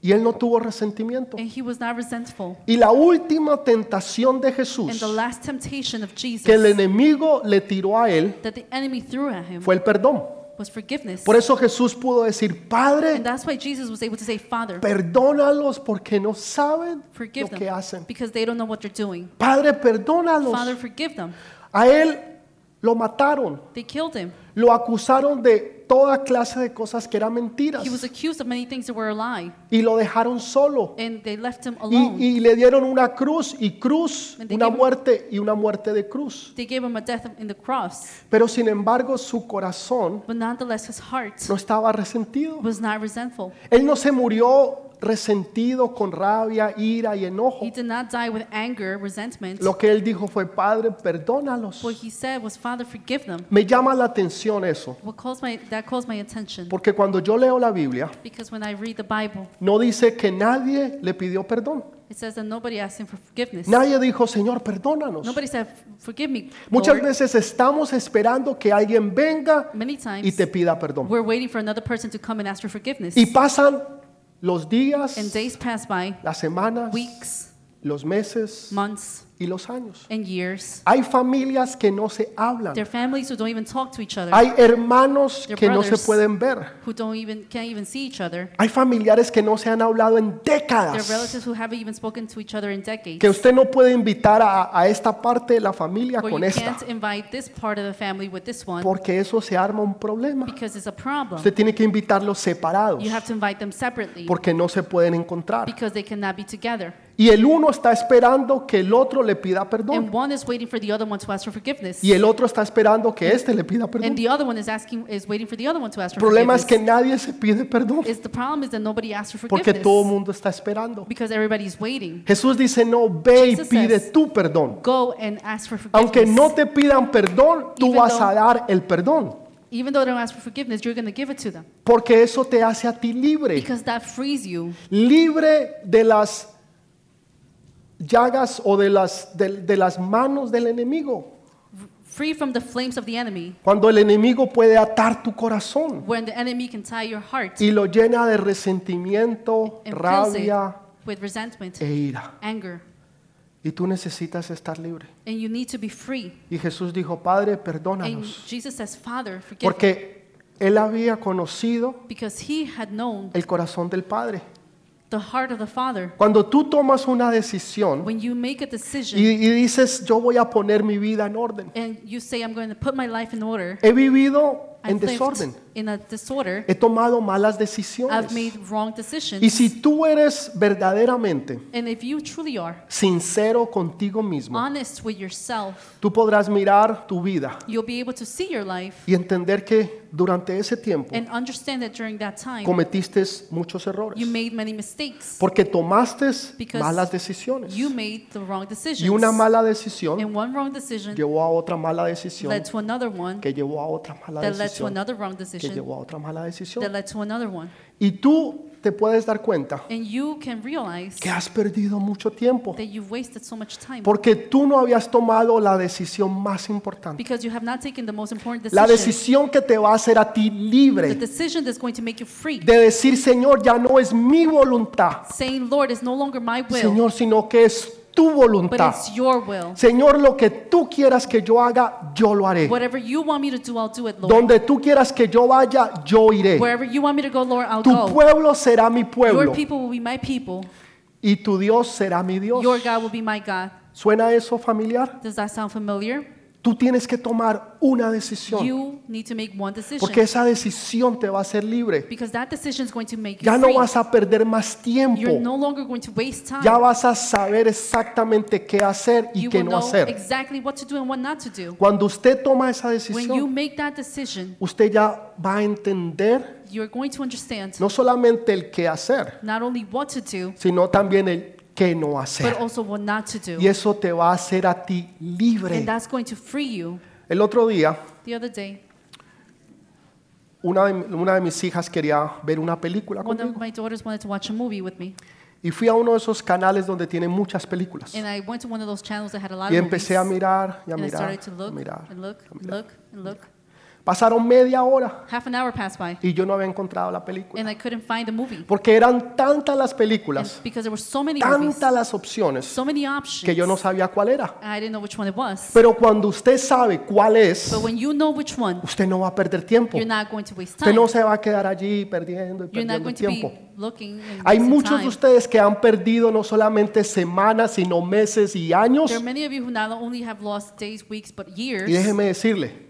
Y él no tuvo resentimiento.
And he was not resentful.
Y la última tentación de
And the
Jesús
last temptation of Jesus
que el enemigo le tiró a él
that the enemy threw at him
fue el perdón.
was forgiveness.
Por eso Jesús pudo decir, Padre,
And that's why Jesus was able to say, Father,
perdónalos porque no saben lo
forgive
que
them
hacen.
because they don't know what they're doing.
Padre,
Father,
perdónalos.
forgive them.
A él lo mataron.
They killed him.
Lo acusaron de toda clase de cosas que eran mentiras
He was accused of many things that were a lie.
y lo dejaron solo.
And they left him
Y,
alone.
y le dieron una cruz y cruz,
And they
una
gave him-
muerte y una muerte de cruz.
They gave him a death in the cross.
Pero sin embargo su corazón
But nonetheless, his heart
no estaba resentido.
was not resentful.
Él no se murió resentido con rabia, ira y enojo.
He did not die with anger, resentment.
Lo que él dijo fue, Padre, perdónalos.
What he said was, Father, forgive them.
Me llama la atención eso,
What calls my, that calls my attention.
porque cuando yo leo la Biblia,
Because when I read the Bible,
no dice que nadie le pidió perdón.
it says that nobody asked him for forgiveness.
Nadie dijo, Señor, perdónanos.
Nobody said, forgive me.
Muchas
Lord."
veces estamos esperando que alguien venga
Many
y
times,
te pida perdón.
we're waiting for another person to come and ask for forgiveness.
Y pasan los días,
And days pass by,
las semanas,
weeks,
los meses
months,
y los años.
and years.
Hay familias que no se hablan.
There are families who don't even talk to each other,
Hay hermanos
Their
que no se
brothers.
pueden ver.
who don't even can't even see each other.
Hay familiares que no se han hablado en
There are
décadas.
relatives who haven't even spoken to each other in decades.
Que usted no puede invitar a, a esta parte de la familia
where
con
you
esta.
can't invite this part of the family with this one
Porque eso se arma un problema.
because it's a problem.
Usted tiene que invitarlos separados.
You have to invite them separately
Porque no se pueden encontrar.
because they cannot be together.
Y el uno está esperando que el otro le pida
And
perdón.
one is waiting for the other one to ask for forgiveness.
Y el otro está esperando que éste le pida perdón.
And the other one is asking is waiting for the other one to ask
El
for
problema es que
forgiveness.
nadie se pide perdón.
Is the problem is that nobody asks for
Porque todo el
forgiveness
mundo está esperando.
because everybody's waiting.
Jesús dice, no, ve y
Jesus
pide
says,
tu perdón.
Go and ask for
Aunque no
forgiveness.
te pidan perdón, tú
Even
vas a
though-
dar el perdón.
Even though they don't ask for forgiveness, you're going to give it to them
Porque eso te hace a ti libre.
because that frees you
Libre de las llagas o de las, de, de las manos del enemigo.
free from the flames of the enemy
Cuando el enemigo puede atar tu corazón
when the enemy can tie your heart
y lo llena de resentimiento,
and fills it
rabia
with resentment,
e ira.
anger.
Y tú necesitas estar libre.
And you need to be free.
Y Jesús dijo, Padre,
And
perdónanos.
Jesus says, Father, forgive them,"
Porque él había conocido
Because he had known
el corazón del Padre.
the heart of the Father.
Cuando tú tomas una decisión
When you make a
y,
decision
y dices, yo voy a poner mi vida en orden.
and you say, I'm going to put my life in order,
He vivido en
I've lived
desorden.
in a disorder,
He tomado malas
I've
decisiones.
made wrong
Y
decisions.
si tú eres verdaderamente
And if you truly are
sincero contigo mismo,
honest with yourself,
tú podrás mirar tu vida
you'll be able to see your life
y entender que durante ese tiempo
and understand that during that time,
cometiste muchos
you
errores.
made many mistakes.
Porque tomaste
Because
malas decisiones.
You made the wrong
Y una
decisions.
mala decisión
And one wrong decision
llevó a otra mala decisión
led to another one
que llevó a otra mala
that led to
decisión
another wrong
que
decision
llevó a otra mala
that
decisión.
led to another one.
Y tú te puedes dar cuenta
And you can realize
que has perdido mucho tiempo
that you've wasted so much time
porque tú no habías tomado la decisión más importante.
because you have not taken the most important
La
decision.
decisión que te va a hacer a ti
the
libre
decision that's going to make you free.
de decir, Señor, ya no es mi voluntad,
Saying, Lord, it's no longer my will,
Señor, sino que es tu
but
voluntad.
it's your will.
Señor, lo que tú quieras que yo haga, yo lo haré.
Whatever you want me to do, I'll do it, Lord.
Donde tú quieras que yo vaya, yo iré.
Wherever you want me to go, Lord, I'll
Tu
go.
pueblo será mi pueblo
Your people will be my people.
y tu Dios será mi Dios.
Your God will be my God.
¿Suena eso familiar?
Does that sound familiar?
Tú tienes que tomar una decisión
You need to make one decision
porque esa decisión te va a hacer libre.
because that decision is going to make you
Ya no
free.
vas a perder más
You're
tiempo.
no longer going to waste time.
Ya vas a saber exactamente qué hacer y
you
qué
will
no
know
hacer.
exactly what to do and what not to do.
Cuando usted toma esa
When you
decisión,
make that decision,
usted ya va a entender
you're going to understand
no solamente el qué hacer,
not only what to do,
sino también el qué no
but
hacer.
also what not to do.
Y eso te va a hacer a ti libre.
And that's going to free you.
El otro día,
The other day,
una de, una de mis hijas quería ver una película
one of
conmigo.
my daughters wanted to watch a movie with me,
Y fui a uno de esos canales donde tienen muchas películas.
and I went to one of those channels that had a lot
Y
of
empecé a
movies,
mirar y a
and I
mirar,
started to
a
look
mirar.
and look and look and look.
Pasaron media hora
Half an hour passed by,
y yo no había encontrado la película.
and I couldn't find the movie
Porque eran tantas las
And
películas,
because there were so many movies,
tantas las opciones,
so many options,
que yo no sabía cuál era.
I didn't know which one it was.
Pero cuando usted sabe cuál es,
But when you know which one,
usted no va a perder tiempo.
you're not going to waste
Usted
time.
no se va a quedar allí perdiendo y
You're not
perdiendo
going
el
to
tiempo.
be looking. and
Hay
wasting
muchos de
time.
ustedes que han perdido no solamente semanas, sino meses y años.
There are many of you who not only have lost days, weeks, but years.
Y déjeme decirle,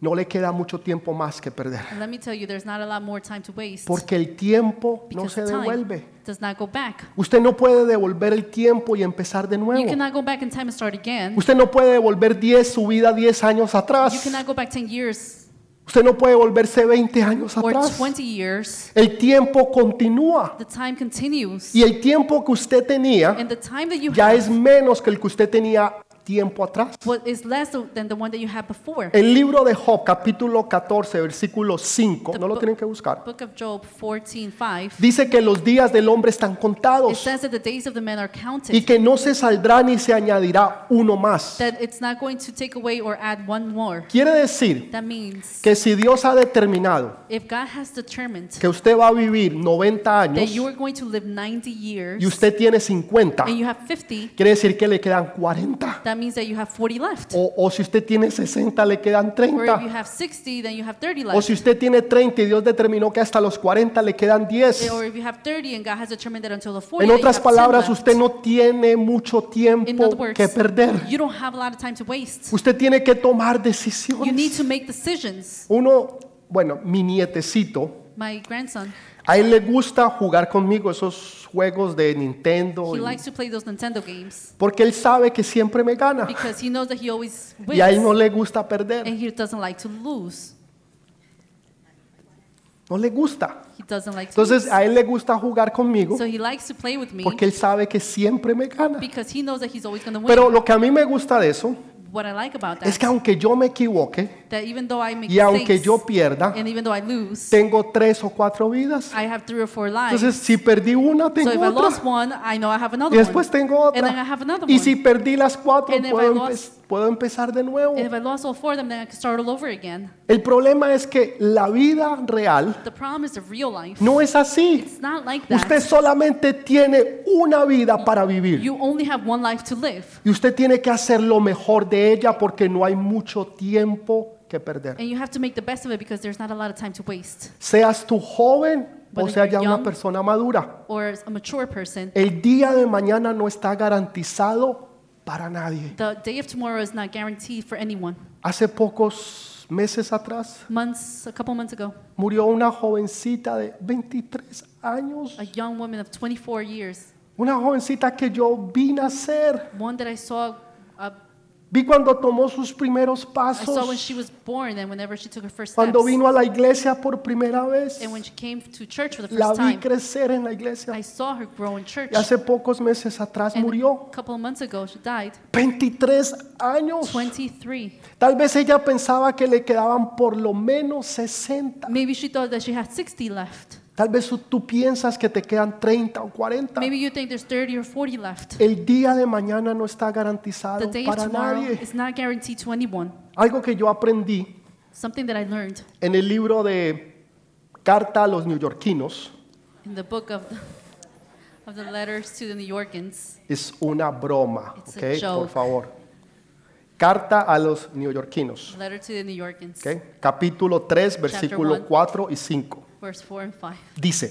no le queda mucho tiempo más que perder.
And let me tell you, there's not a lot more time to waste.
Porque el tiempo no
because
se
time
devuelve.
does not go back.
Usted no puede devolver el tiempo y empezar de
You
nuevo.
cannot go back in time and start again.
Usted no puede devolver 10, su vida 10 años
You
atrás.
cannot go back 10 years.
Usted no puede volverse 20 años
or
atrás.
20 years.
El tiempo continúa
The time continues.
y el tiempo que usted tenía
And the time that you
ya
have
es menos que el que usted tenía tiempo atrás.
what is less than the one that you had before.
El libro de Job, capítulo 14, versículo 5,
The
no lo
book-
tienen que buscar,
Book of Job 14:5.
dice que los días del hombre están
It
contados
says that the days of the men are
y
counted.
que no se saldrá ni se añadirá uno más.
That it's not going to take away or add one more.
Quiere decir
That means
que si Dios ha determinado
if God has determined
que usted va a vivir 90
that
años
you are going to live 90 years
y usted tiene 50,
and you have 50,
quiere decir que le quedan 40.
that means that you have 40 left.
O, o si usted tiene 60, le quedan
Or if you
30.
have 60, then you have 30
O
left.
si usted tiene 30 y Dios determinó que hasta los 40 le quedan 10.
Eh, Or if you have 30 and God has determined that until the 40,
En
then you
otras
have 10
palabras,
left.
usted no tiene mucho
In other
tiempo
words,
que perder.
you don't have a lot of time to waste.
Usted tiene que tomar
You need
decisiones.
to make decisions.
Uno, bueno, mi nietecito,
My grandson,
a él le gusta jugar conmigo esos juegos de Nintendo,
he
y-
likes to play those Nintendo games
porque él sabe que siempre me gana
because Eh. he knows that he always
y a él no
wins
le gusta perder,
and he doesn't like to lose.
no le gusta.
He doesn't like to
Entonces
lose.
a él le gusta jugar conmigo
So he likes to play with me
porque él sabe que siempre me gana.
because he knows that he's always going to win.
Pero lo que a mí me gusta de eso
what I like about that
es que aunque yo me equivoque
that even though I make
y aunque
mistakes
yo pierda,
and even though I lose,
tengo tres o cuatro vidas.
I have three or four lives.
Entonces si perdí una,
so
tengo
if I lost
otra.
one, I know I have another
Y después
one.
tengo
And then I
otra.
have another
Y
one.
si perdí las cuatro,
And if I
puedo, empe-
lost-
puedo empezar de nuevo.
And if I lost all four of them, then I can start all over again.
El problema es que la vida real
The problem is the real life.
no es así.
It's not like that.
Usted solamente tiene una vida para vivir.
you only have one life to live.
Y usted tiene que hacer lo mejor de ella porque no hay mucho tiempo que perder.
And you have to make the best of it because there's not a lot of time to waste.
Seas tú joven o
Whether
sea
you're
ya una
young-
persona madura.
Or as a mature person,
El día de mañana no está garantizado para nadie.
the day of tomorrow is not guaranteed for anyone.
Hace pocos meses atrás
Months, a couple months ago,
murió una jovencita de 23 años.
a young woman of 24 years,
Una jovencita que yo vi nacer.
one that I saw, uh,
Vi cuando tomó sus primeros
I saw when
pasos.
she was born and whenever she took her first steps.
Cuando vino a la iglesia por primera vez.
And when she came to church for the
La
first
vi
time,
crecer en la iglesia.
I saw her grow in church.
Y hace pocos meses atrás
And
murió.
a couple of months ago, she died.
23 años.
23.
Tal vez ella pensaba que le quedaban por lo menos 60.
Maybe she thought that she had 60 left.
Tal vez tú piensas que te quedan 30 o 40.
Maybe you think there's 30 or 40 left.
El día de mañana no está
The
garantizado
day of
Eh, para
tomorrow
nadie.
is not guaranteed to anyone.
Algo que yo aprendí
Something that I learned
en el libro de Carta a los neoyorquinos
in the book of the, of the letters to the New Yorkans.
es una broma,
It's
¿ok?
a
Por
joke.
favor. Carta a los neoyorquinos,
Letter to the New Yorkans,
¿ok? Capítulo 3, versículo
one.
4 y 5.
verse 4 and 5.
Dice,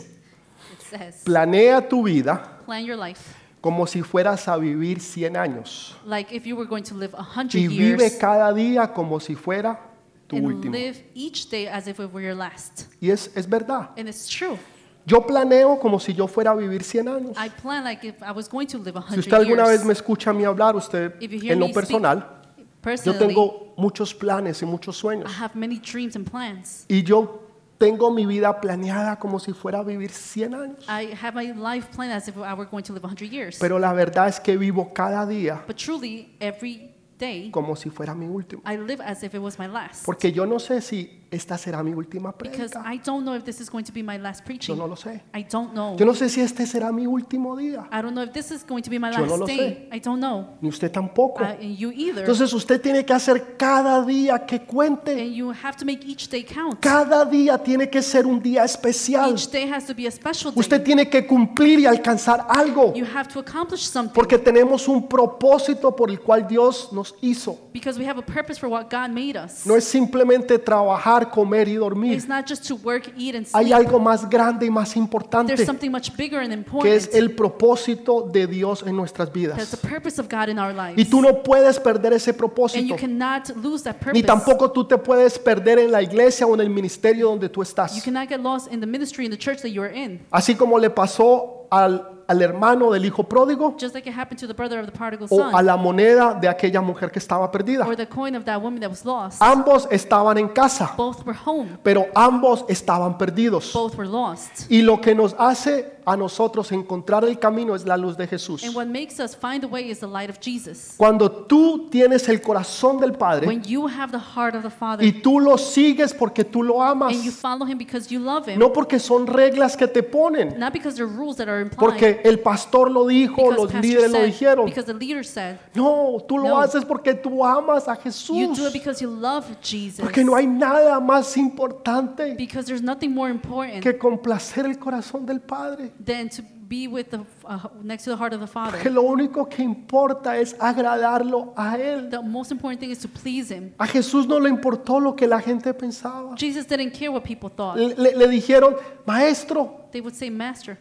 It says,
planea tu vida
Plan your life
como si fueras a vivir 100 años
like if you were going to live 100
y vive
years
cada día como si fuera tu
and
último.
live each day as if it were your last.
Y es, es verdad.
And it's true.
Yo planeo como si yo fuera a vivir 100 años.
I plan like if I was going to live
Si
100
usted alguna
years.
vez me escucha a mí hablar, usted
If you hear
en lo
me speak,
personal, yo
Personally,
tengo muchos planes y muchos
I
sueños.
have many dreams and plans.
Y yo tengo mi vida planeada como si fuera a vivir 100 años.
I have my life planned as if I were going to live 100 years.
Pero la verdad es que vivo cada día
but truly, every day,
como si fuera mi último.
I live as if it was my last.
Porque yo no sé si esta será mi última
because
predica.
I don't know if this is going to be my last
Yo
preaching.
no lo sé.
I don't know.
Yo no sé si este será mi último día.
I don't know if this is going to be my
Yo no
last
lo
day.
sé.
I don't know.
Ni usted tampoco.
Uh, and you either.
Entonces usted tiene que hacer cada día que cuente.
and you have to make each day count.
Cada día tiene que ser un día especial.
Each day has to be a special day.
Usted tiene que cumplir y alcanzar algo.
you have to accomplish something.
Porque tenemos un propósito por el cual Dios nos hizo.
because we have a purpose for what God made us.
No es simplemente trabajar, comer y
it's
dormir.
not just to work, eat, and sleep.
Hay algo más grande y más
There's
importante
something much bigger and
que
important.
es el propósito de Dios en nuestras
That's the
vidas.
purpose of God in our lives.
Y tú no puedes perder ese
and you
propósito.
cannot lose that purpose.
Ni tampoco tú te puedes perder en la iglesia o en el ministerio donde tú
You
estás.
cannot get lost in the ministry in the church that you are in.
Así como le pasó al al hermano del hijo pródigo
just like it happened to the brother of the prodigal
o a
son,
la moneda de aquella mujer que estaba perdida.
or the coin of that woman that was lost.
Ambos estaban en casa,
Both were home,
pero ambos estaban perdidos.
both were lost.
Y lo que nos hace a nosotros encontrar el camino es la luz de Jesús.
And what makes us find a way is the light of Jesus.
Cuando tú tienes el corazón del Padre
When you have the heart of the Father
y tú lo sigues porque tú lo amas,
and you follow Him because you love Him,
no porque son reglas que te ponen,
not because there are rules that are implied,
porque el pastor lo dijo,
because
los
pastor
líderes lo
said,
dijeron.
because the leader said,
No, tú lo
No.
haces porque tú amas a
you do it
Jesús.
because you love Jesus.
Porque no hay nada más importante
Because there's nothing more important
que complacer el corazón del Padre.
than to be with the uh, next to the heart of the
Que
Father.
lo único que importa es agradarlo a Él.
The most important thing is to please Him.
A Jesús no le importó lo que la gente pensaba.
Jesus didn't care what people thought.
Le, le- le dijeron, maestro,
They would say, Master,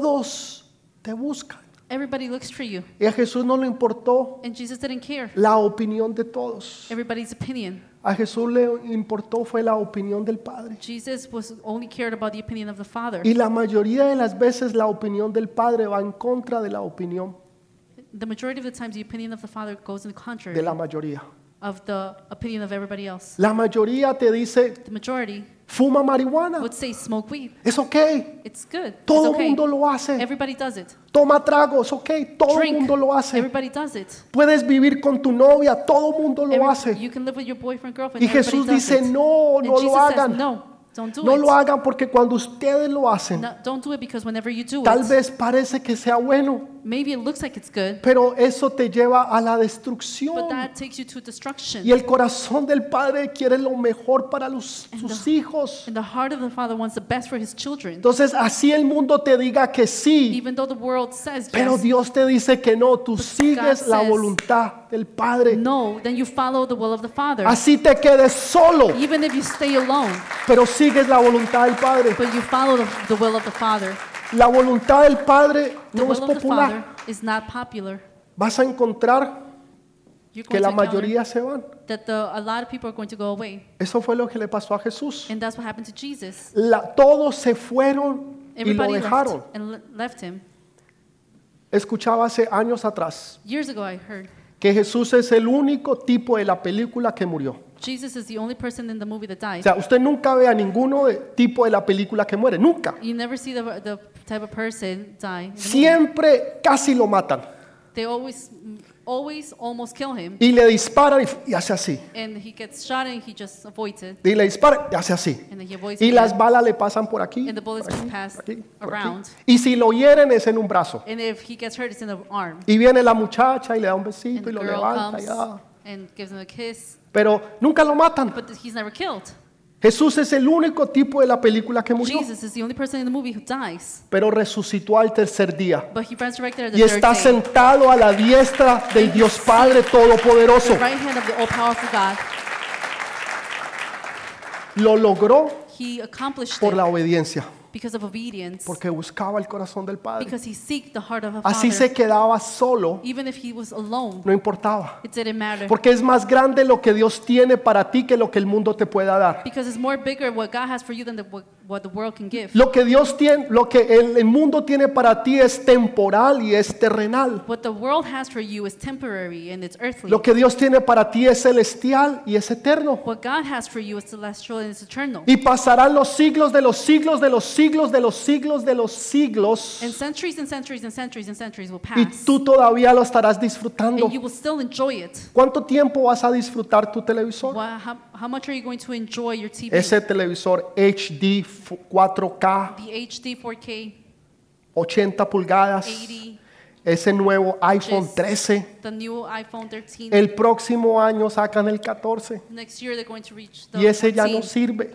todos te buscan.
everybody looks for you.
Y a Jesús no le importó
And Jesus didn't care.
la opinión de todos.
Everybody's opinion.
A Jesús le importó fue la opinión del Padre.
Jesus was only cared about the opinion of the Father.
Y la mayoría de las veces la opinión del Padre va en contra de la opinión
The majority of the times, the opinion of the Father goes in the contrary
de la mayoría.
of the opinion of everybody else.
La mayoría te dice,
The majority
fuma marihuana.
would say, Smoke weed.
Es ok.
It's good. It's
Todo el
okay.
mundo lo hace.
Everybody does it.
Toma tragos, ok. Todo el
Drink.
mundo lo hace.
Everybody does it.
Puedes vivir con tu novia, todo el mundo lo
Every-
hace.
You can live with your boyfriend, girlfriend.
Y
everybody
Jesús
does
dice,
it.
no,
And
no lo
Jesus
hagan.
Says, no, don't do
No
it.
lo hagan porque cuando ustedes lo hacen,
No, don't do it because whenever you do
tal
it,
vez parece que sea bueno,
maybe it looks like it's good,
pero eso te lleva a la
but
destrucción.
that takes you to destruction.
Y el corazón del Padre quiere lo mejor para los-
And
sus
the-
hijos.
And the heart of the Father wants the best for his children.
Entonces así el mundo te diga que sí,
Even though the world says
pero
yes,
Dios te dice que no, tú sigues la
says-
voluntad del Padre.
no, then you follow the will of the Father.
Así te quedes solo,
Even if you stay alone,
pero sigues la voluntad del Padre.
but you follow the, the will of the Father.
La voluntad del Padre
The
no es
will of the Father
popular.
is not popular.
Vas a encontrar
You're
que
going
la
to encounter
mayoría se van.
that the, a lot of people are going to go away.
Eso fue lo que le pasó a Jesús.
And that's what happened to Jesus.
La- todos se fueron y lo
Everybody left
dejaron.
and le- left him.
Escuchaba hace años atrás
Years ago, I heard
que Jesús es el único tipo de la película que murió.
Jesus is the only person in the movie that
O
died.
sea, usted nunca ve a ninguno de- tipo de la película que muere, nunca.
You never see the, the type of person die. in the movie.
Siempre casi lo matan
They always, always almost kill him,
y le disparan y- y hace así.
and he gets shot and he just avoids it,
Y le disparan y hace así.
and then he avoids
Y
it.
las balas le pasan por aquí.
And the bullets
por aquí,
just pass
por aquí, por aquí.
around.
Y si lo hieren es en un brazo.
And if he gets hurt, it's in the arm.
Y viene la muchacha y le da un
And
besito
the
y lo
girl
levanta. y,
comes
ah.
and gives him a kiss,
Pero nunca lo matan.
but he's never killed.
Jesús es el único tipo de la película que murió,
Jesus is the only person in the movie who dies,
pero resucitó al tercer día
but he resurrected at the
y
third
está
day.
sentado a la diestra del Dios Padre Todopoderoso.
The right hand of the all-powerful God.
Lo logró
He accomplished
por
it
la obediencia,
because of obedience,
porque buscaba el corazón del Padre.
because he seeked the heart of a
Así
father.
se quedaba solo,
Even if he was alone,
no importaba,
it didn't matter.
porque es más grande lo que Dios tiene para ti que lo que el mundo te pueda dar.
Because it's more bigger what God has for you than the, what, what the world can give.
Lo que Dios tiene, lo que el- el mundo tiene para ti es temporal y es terrenal.
What the world has for you is temporary and it's earthly.
Lo que Dios tiene para ti es celestial y es eterno.
What God has for you is celestial and it's eternal.
Y pasarán los siglos de los siglos de los siglos de los siglos de los siglos.
And centuries and centuries and centuries and centuries will
Y
pass.
tú todavía lo estarás disfrutando.
And you will still enjoy it.
¿Cuánto tiempo vas a disfrutar tu televisor?
Wha- how, how much are you going to enjoy your TV?
Ese televisor HD 4K,
the HD 4K
80 pulgadas,
80,
ese nuevo iPhone 13.
the new iPhone 13.
El próximo año sacan el 14
Next year they're going to reach the
y ese ya no
14.
sirve.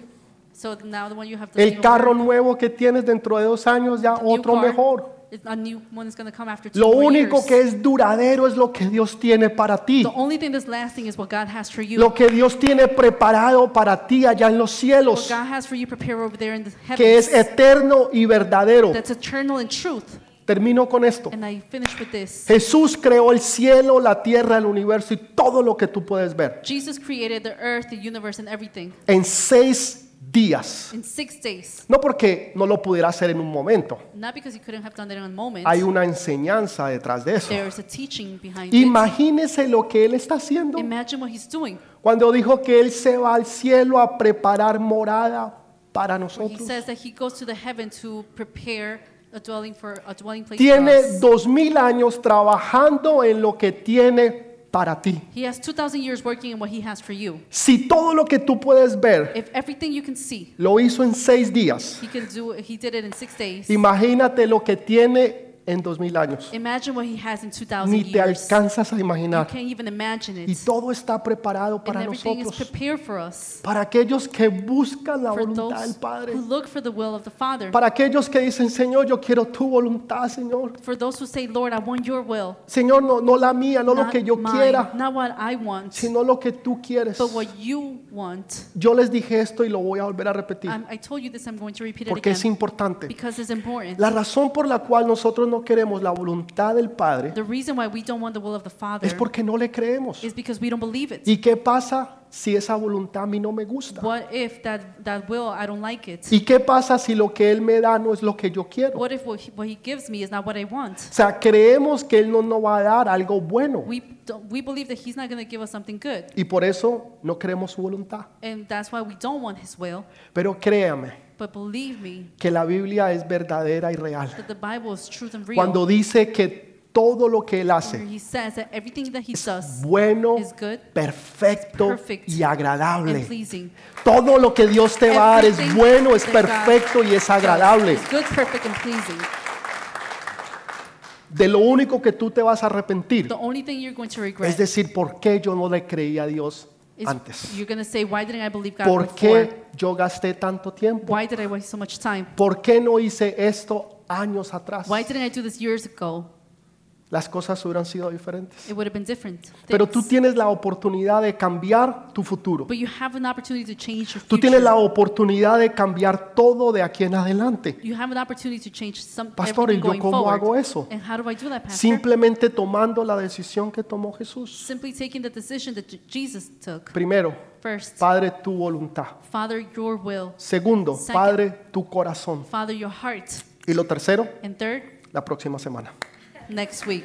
So now the one you have doesn't
El
even
carro
work.
nuevo que tienes dentro de dos años ya
The new
otro
car,
mejor.
it- A new one is going to come after two
Lo
more
único
years.
que es duradero es lo que Dios tiene para ti.
The only thing that's lasting is what God has for you.
Lo que Dios tiene preparado para ti allá en los
what
cielos,
God has for you prepared over there in the
que
heavens.
es eterno y verdadero.
that's eternal in truth.
Termino con esto.
And I finish with this.
Jesús creó el cielo, la tierra, el universo y todo lo que tú puedes ver
Jesus created the earth, the universe, and everything
en seis días.
in six days.
No porque no lo pudiera hacer en un momento.
Not because you couldn't have done that in a moment.
Hay una enseñanza detrás de eso.
There's a teaching behind it.
Imagínese lo que él está haciendo.
Imagine what he's doing.
Cuando dijo que él se va al cielo a preparar morada para
When he
nosotros.
says that he goes to the heaven to prepare a dwelling for a dwelling place for
Tiene
us.
dos mil años trabajando en lo que tiene para ti.
He has 2,000 years working in what he has for you.
Si todo lo que tú puedes ver
If everything you can see,
lo hizo en seis días,
he can do. He did it in six days.
imagínate lo que tiene en dos mil años.
Imagine what he has in 2,000
Ni te
years.
alcanzas a
You
imaginar.
can't even imagine
Y
it.
todo está preparado
And
para
everything is
nosotros.
prepared for us.
Para aquellos que buscan la
For
voluntad del
those
Padre.
who look for the will of the Father.
Para aquellos que dicen, Señor, yo quiero tu voluntad, Señor.
For those who say, Lord, I want your will.
Señor, no, no la mía, no lo
Not
que yo
mine,
quiera,
Not what I want,
sino lo que tú quieres.
but what you want.
Yo les dije esto y lo voy a volver a repetir,
I'm- I told you this, I'm going to repeat it
porque es
again.
importante.
Because it's important.
La razón por la cual nosotros no queremos la voluntad del Padre
The reason why we don't want the will of the Father
es porque no le creemos.
is because we don't believe it.
¿Y qué pasa si esa voluntad a mí no me gusta?
What if that, that will, I don't like it?
¿Y qué pasa si lo que Él me da no es lo que yo quiero? O
What if what he, what he gives me is not what I want?
sea, creemos que Él no nos va a dar algo bueno
We, don't, we believe that He's not going to give us something good.
y por eso no creemos su voluntad.
And that's why we don't want His will.
Pero créame
But believe me
que la Biblia es verdadera y real.
that the Bible is truth and real.
Cuando dice que todo lo que Él
where
hace
he says that everything that He
es
does
bueno,
is good,
perfecto
it's perfect,
y
and
agradable.
pleasing.
Todo lo que Dios te va a dar es
Everything
bueno, es
that God
perfecto y es
does
agradable.
is good, perfect, and pleasing.
De lo único que tú te vas a arrepentir
The only thing you're going to regret
es decir, ¿por qué yo no le creí a Dios
is
antes?
you're going to say, Why didn't I believe God
¿Por
before?
qué yo gasté tanto tiempo?
Why did I waste so much time?
¿Por qué no hice esto años atrás?
Why didn't I do this years ago?
Las cosas hubieran sido diferentes.
It would have been different.
Pero tú
Things.
tienes la oportunidad de cambiar tu futuro.
but you have an opportunity to change your
Tú
future.
tienes la oportunidad de cambiar todo de aquí en adelante.
you have an opportunity to change some
Pastor, ¿y
everything
yo
going
cómo
forward.
hago eso?
And how do I do that, Pastor?
Simplemente tomando la decisión que tomó Jesús.
Simply taking the decision that J- Jesus took.
Primero,
First,
Padre, tu voluntad.
Father, your will.
Segundo,
Second.
Padre, tu corazón.
Father, your heart.
Y lo tercero,
And third,
la próxima semana.
next week.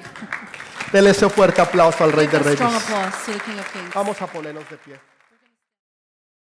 Dele ese fuerte aplauso al Rey de
Give a strong
Reyes.
applause to the King of Kings.
Vamos a ponernos de pie.